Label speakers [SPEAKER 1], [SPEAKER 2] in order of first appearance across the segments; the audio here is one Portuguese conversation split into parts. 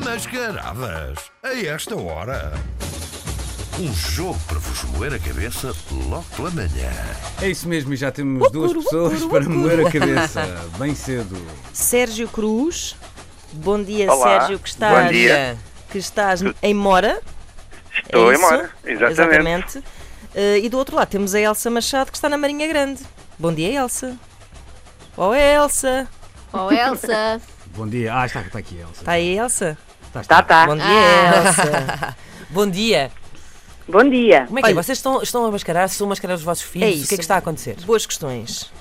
[SPEAKER 1] mascaradas? A esta hora?
[SPEAKER 2] Um jogo para vos moer a cabeça logo pela manhã.
[SPEAKER 3] É isso mesmo, e já temos duas pessoas para moer a cabeça, bem cedo.
[SPEAKER 4] Sérgio Cruz. Bom dia,
[SPEAKER 5] Olá,
[SPEAKER 4] Sérgio, que estás,
[SPEAKER 5] bom dia.
[SPEAKER 4] Que estás em Mora.
[SPEAKER 5] Estou
[SPEAKER 4] é
[SPEAKER 5] em Mora,
[SPEAKER 4] isso?
[SPEAKER 5] exatamente.
[SPEAKER 4] Exatamente. Eh, e do outro lado temos a Elsa Machado, que está na Marinha Grande. Bom dia, Elsa. Oh, Elsa.
[SPEAKER 6] Oh, Elsa!
[SPEAKER 3] Bom dia. Ah, está, está aqui, Elsa.
[SPEAKER 4] Está aí, Elsa?
[SPEAKER 3] Está,
[SPEAKER 7] Tá,
[SPEAKER 3] está.
[SPEAKER 8] Ah,
[SPEAKER 4] Bom dia,
[SPEAKER 8] é
[SPEAKER 4] Elsa. Bom dia.
[SPEAKER 7] Bom dia.
[SPEAKER 8] Como é que é?
[SPEAKER 4] Olha-
[SPEAKER 8] Vocês estão, estão a mascarar? Se estão a mascarar os vossos filhos?
[SPEAKER 4] É
[SPEAKER 8] O
[SPEAKER 4] isso.
[SPEAKER 8] que é que está a acontecer?
[SPEAKER 4] Boas questões.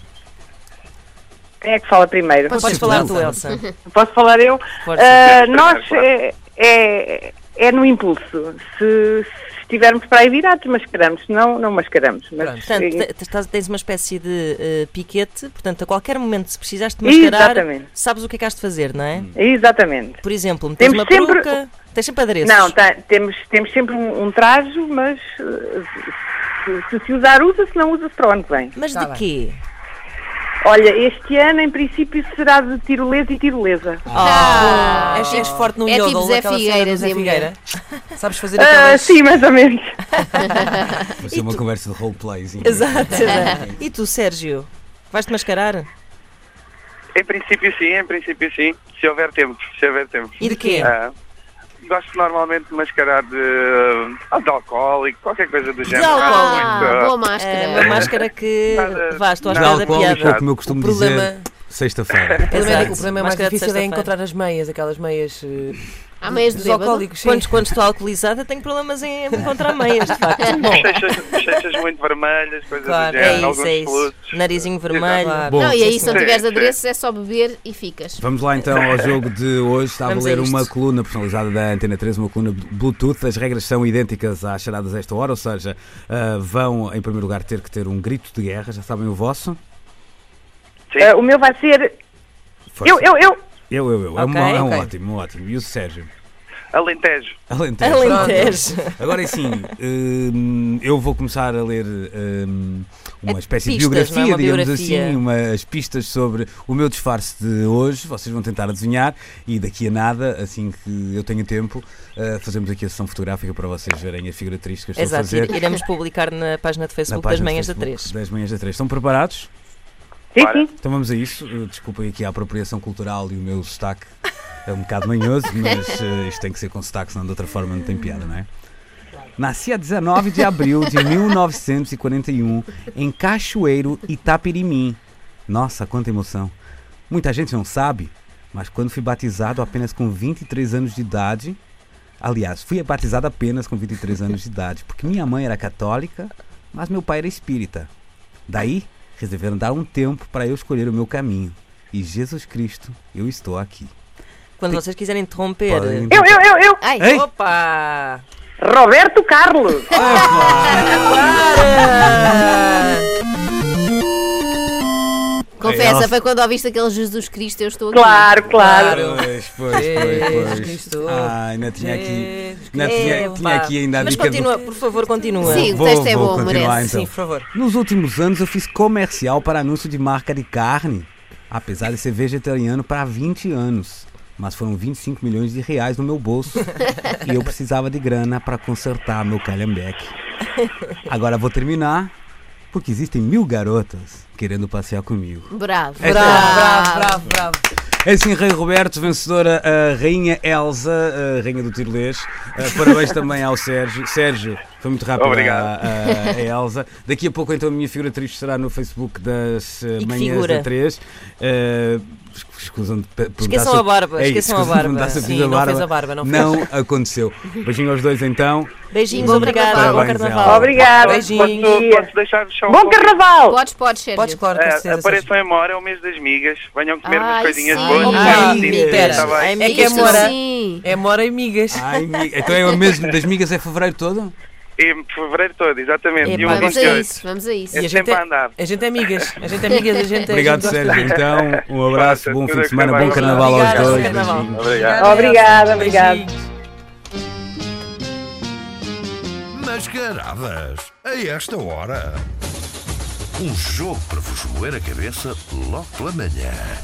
[SPEAKER 7] Quem é que fala primeiro?
[SPEAKER 4] Podes
[SPEAKER 3] ser
[SPEAKER 4] falar
[SPEAKER 3] tu,
[SPEAKER 4] tu, Elsa.
[SPEAKER 7] Posso falar eu?
[SPEAKER 4] Força.
[SPEAKER 7] Ah, nós é, é, é no impulso. Se, se estivermos para aí virados, mascaramos. Se não, não mascaramos. Mas,
[SPEAKER 4] Portanto,
[SPEAKER 7] eh,
[SPEAKER 4] te- te- estás- tens uma espécie de eh, piquete, portanto, a qualquer momento, se precisares te mascarar,
[SPEAKER 7] Exatamente.
[SPEAKER 4] sabes o que é que has de fazer, não é?
[SPEAKER 8] Hum.
[SPEAKER 7] exatamente.
[SPEAKER 4] Por exemplo, metes
[SPEAKER 7] Temos
[SPEAKER 4] uma
[SPEAKER 7] sempre-
[SPEAKER 4] peruca, tens sempre adereços.
[SPEAKER 7] Não, tá- temos, temos sempre um, um trajo, mas eh, se, se- se usar, usa. Se não usa, se para o ano que vem.
[SPEAKER 4] Mas
[SPEAKER 8] Tá
[SPEAKER 4] de
[SPEAKER 8] bem.
[SPEAKER 4] quê?
[SPEAKER 7] Olha, este ano, em princípio, será de tirolesa e tirolesa.
[SPEAKER 4] Ah, és, és forte no
[SPEAKER 6] É tipo
[SPEAKER 4] yodel,
[SPEAKER 6] Zé
[SPEAKER 4] aquela cena do
[SPEAKER 6] Figueiras
[SPEAKER 4] Zé
[SPEAKER 6] e a mulher.
[SPEAKER 4] Figueira. Sabes fazer
[SPEAKER 8] então é
[SPEAKER 7] Ah,
[SPEAKER 4] aquelas...
[SPEAKER 7] sim, mais ou menos.
[SPEAKER 3] Vai ser uma conversa de roleplayzinho.
[SPEAKER 4] Exato. exato. e tu, Sérgio? Vais-te mascarar?
[SPEAKER 5] Em princípio sim, em princípio sim, se houver tempo, se houver tempo.
[SPEAKER 4] E de quê?
[SPEAKER 5] Ah, gosto normalmente de mascarar de, ah, de alcoólico, qualquer coisa do género.
[SPEAKER 4] álcool.
[SPEAKER 5] Ah, muito,
[SPEAKER 6] Ah, boa
[SPEAKER 4] É
[SPEAKER 6] máscara!
[SPEAKER 4] uma máscara que...
[SPEAKER 5] Nada-
[SPEAKER 4] Vá, estou à
[SPEAKER 3] De
[SPEAKER 5] Nada
[SPEAKER 4] espera da
[SPEAKER 3] alcoólico, ou
[SPEAKER 4] piada.
[SPEAKER 3] como eu costumo
[SPEAKER 8] O problema-
[SPEAKER 3] dizer, sexta-feira.
[SPEAKER 8] O problema, é-
[SPEAKER 4] Exato.
[SPEAKER 8] o problema é mais
[SPEAKER 4] Máscara de
[SPEAKER 8] difícil é
[SPEAKER 4] sexta-feira.
[SPEAKER 8] encontrar as meias, aquelas meias eh,
[SPEAKER 6] Há meias de
[SPEAKER 8] dos
[SPEAKER 6] bêbado?
[SPEAKER 8] alcoólicos. sim.
[SPEAKER 4] Quando, quando estou alcoolizada tenho problemas em encontrar meias, de facto.
[SPEAKER 6] Ah.
[SPEAKER 4] Bom,
[SPEAKER 5] Bochechas bochechas muito vermelhas, coisas
[SPEAKER 4] claro,
[SPEAKER 5] do género,
[SPEAKER 4] é isso,
[SPEAKER 5] alguns
[SPEAKER 4] é isso.
[SPEAKER 5] peludos.
[SPEAKER 4] Narizinho vermelho.
[SPEAKER 8] Exato.
[SPEAKER 3] Bom,
[SPEAKER 6] Não, e aí se não
[SPEAKER 5] Sim,
[SPEAKER 6] tiveres
[SPEAKER 5] sim.
[SPEAKER 6] adereços é só beber e ficas.
[SPEAKER 3] Vamos lá então ao jogo de hoje. Estava
[SPEAKER 4] Vamos
[SPEAKER 3] a
[SPEAKER 4] a
[SPEAKER 3] ler
[SPEAKER 4] isto.
[SPEAKER 3] uma coluna personalizada da Antena 3, uma coluna Bluetooth. As regras são idênticas às charadas a esta hora, ou seja, ah, vão em primeiro lugar ter que ter um grito de guerra, já sabem o vosso.
[SPEAKER 5] Sim.
[SPEAKER 7] Ah, o meu vai ser.
[SPEAKER 3] Força.
[SPEAKER 7] Eu, eu, eu.
[SPEAKER 3] Eu, eu, eu. é,
[SPEAKER 4] Ok,
[SPEAKER 3] uma- é um
[SPEAKER 4] ok.
[SPEAKER 3] ótimo, um ótimo. E o Sérgio?
[SPEAKER 5] Alentejo.
[SPEAKER 3] Alentejo.
[SPEAKER 4] Alentejo.
[SPEAKER 3] Pronto. Agora sim, hum, eu vou começar a ler hum, uma
[SPEAKER 4] É
[SPEAKER 3] espécie de
[SPEAKER 4] pistas,
[SPEAKER 3] biografia,
[SPEAKER 4] não é? Uma
[SPEAKER 3] digamos
[SPEAKER 4] biografia.
[SPEAKER 3] assim, umas pistas sobre o meu disfarce de hoje. Vocês vão tentar adivinhar e daqui a nada, assim que eu tenho tempo, uh, fazemos aqui a sessão fotográfica para vocês verem a figura triste que eu estou a
[SPEAKER 4] Exato,
[SPEAKER 3] fazer.
[SPEAKER 4] ir- iremos publicar na página de
[SPEAKER 3] na
[SPEAKER 4] Facebook das
[SPEAKER 3] página do
[SPEAKER 4] manhãs da
[SPEAKER 3] Facebook
[SPEAKER 4] 3.
[SPEAKER 3] Das manhãs da 3. Estão preparados?
[SPEAKER 7] Sim,
[SPEAKER 5] Ora.
[SPEAKER 7] sim.
[SPEAKER 3] Então vamos a isso. Uh, Desculpem aqui a apropriação cultural e o meu sotaque é um bocado manhoso, mas uh, isto tem que ser com sotaque, senão de outra forma não tem piada, não é? Nasci a 19 de abril de 1941 em Cachoeiro, Itapirimim. Nossa, quanta emoção! Muita gente não sabe, mas quando fui batizado apenas com 23 anos de idade, aliás, fui batizado apenas com 23 anos de idade, porque minha mãe era católica, mas meu pai era espírita. Daí, resolveram dar um tempo para eu escolher o meu caminho. E Jesus Cristo, eu estou aqui.
[SPEAKER 4] Quando vocês quiserem interromper.
[SPEAKER 3] Podem-
[SPEAKER 7] Eu, eu, eu, eu.
[SPEAKER 6] Ai,
[SPEAKER 3] Ei!
[SPEAKER 4] Opa!
[SPEAKER 7] Roberto Carlos.
[SPEAKER 6] confessa,
[SPEAKER 3] Elsa.
[SPEAKER 6] foi quando ouviste aquele Jesus Cristo, eu estou aqui.
[SPEAKER 7] Claro, claro.
[SPEAKER 3] Pois, pois, pois,
[SPEAKER 8] Jesus
[SPEAKER 3] pois.
[SPEAKER 8] Cristo.
[SPEAKER 3] Ah, ainda tinha aqui.
[SPEAKER 8] Jesus
[SPEAKER 3] Ainda tinha,
[SPEAKER 4] Epá.
[SPEAKER 3] tinha aqui ainda a
[SPEAKER 4] Mas
[SPEAKER 3] dica do-
[SPEAKER 4] continua, por favor, continua.
[SPEAKER 6] Sim, o
[SPEAKER 3] Vou-
[SPEAKER 6] texto é
[SPEAKER 3] vou
[SPEAKER 6] bom,
[SPEAKER 3] continuar,
[SPEAKER 6] merece.
[SPEAKER 3] então.
[SPEAKER 8] Sim, por favor.
[SPEAKER 3] Nos últimos anos eu fiz comercial para anúncio de marca de carne, apesar de ser vegetariano para 20 anos. Mas foram 25 milhões de reais no meu bolso e eu precisava de grana para consertar meu calhambeque. Agora vou terminar, porque existem mil garotas querendo passear comigo.
[SPEAKER 6] Bravo.
[SPEAKER 3] É
[SPEAKER 8] Bravo, bravo, bravo.
[SPEAKER 3] É sim, Rei Roberto, vencedora, a Rainha Elsa, a Rainha do Tirolês. Uh, parabéns também ao Sérgio. Sérgio, foi muito rápido
[SPEAKER 5] Obrigado.
[SPEAKER 3] A, a- a Elsa. Daqui a pouco, então, a minha figura triste será no Facebook das eh,
[SPEAKER 4] que
[SPEAKER 3] Manhãs
[SPEAKER 4] figura?
[SPEAKER 3] da 3. Uh, escusam de pe- perguntar
[SPEAKER 4] Esqueçam
[SPEAKER 3] se-
[SPEAKER 4] a barba,
[SPEAKER 3] Ei,
[SPEAKER 4] esqueçam a
[SPEAKER 3] escusam de
[SPEAKER 4] barba.
[SPEAKER 3] perguntar se eu
[SPEAKER 4] Sim,
[SPEAKER 3] fiz
[SPEAKER 4] não fez a barba, não fez.
[SPEAKER 3] aconteceu. Beijinho aos dois, então.
[SPEAKER 4] Beijinhos,
[SPEAKER 6] Bom
[SPEAKER 4] obrigado.
[SPEAKER 6] carnaval.
[SPEAKER 4] Bom
[SPEAKER 3] Parabéns,
[SPEAKER 4] carnaval.
[SPEAKER 3] Elsa.
[SPEAKER 7] Obrigada.
[SPEAKER 4] Beijinhos.
[SPEAKER 7] Bom
[SPEAKER 5] Posso,
[SPEAKER 7] dia.
[SPEAKER 5] posso deixar só um
[SPEAKER 7] Bom
[SPEAKER 5] convite?
[SPEAKER 7] carnaval.
[SPEAKER 6] Podes, podes, Sérgio.
[SPEAKER 8] Podes, claro, com
[SPEAKER 5] Ah,
[SPEAKER 8] certeza. Sérgio.
[SPEAKER 5] apareçam em Mora, é o mês das migas. Venham comer umas
[SPEAKER 6] Ai,
[SPEAKER 5] coisinhas
[SPEAKER 6] sim.
[SPEAKER 5] boas.
[SPEAKER 6] Ai,
[SPEAKER 5] ficar
[SPEAKER 4] amigas.
[SPEAKER 5] sentindo,
[SPEAKER 4] Pera,
[SPEAKER 5] tá bem?
[SPEAKER 4] ai,
[SPEAKER 8] É que é
[SPEAKER 6] Isto
[SPEAKER 8] mora.
[SPEAKER 6] sim.
[SPEAKER 8] É mora e migas.
[SPEAKER 3] Ai, mi- então é o mesmo das migas, é fevereiro todo?
[SPEAKER 5] Em fevereiro todo, exatamente.
[SPEAKER 4] Epá, é
[SPEAKER 5] e um
[SPEAKER 4] vamos
[SPEAKER 6] Vamos
[SPEAKER 4] Sim.
[SPEAKER 6] a
[SPEAKER 5] 28.
[SPEAKER 6] isso, vamos a isso.
[SPEAKER 5] É
[SPEAKER 8] E a gente
[SPEAKER 5] sempre
[SPEAKER 8] é-
[SPEAKER 5] a andar.
[SPEAKER 8] A gente é amigas. A gente é amigas, a gente é.
[SPEAKER 3] Obrigado,
[SPEAKER 8] a gente
[SPEAKER 3] Sérgio. Então, um abraço,
[SPEAKER 5] Força,
[SPEAKER 3] bom
[SPEAKER 5] tudo
[SPEAKER 3] fim
[SPEAKER 5] a
[SPEAKER 3] de semana,
[SPEAKER 5] correr
[SPEAKER 3] bom
[SPEAKER 5] bem.
[SPEAKER 3] carnaval aos
[SPEAKER 4] Obrigada,
[SPEAKER 3] dois.
[SPEAKER 4] bom carnaval.
[SPEAKER 3] beijinhos.
[SPEAKER 5] Obrigado.
[SPEAKER 7] Obrigada, obrigada.
[SPEAKER 1] Mascaradas? A esta hora?
[SPEAKER 2] Um jogo para vos moer a cabeça logo pela manhã.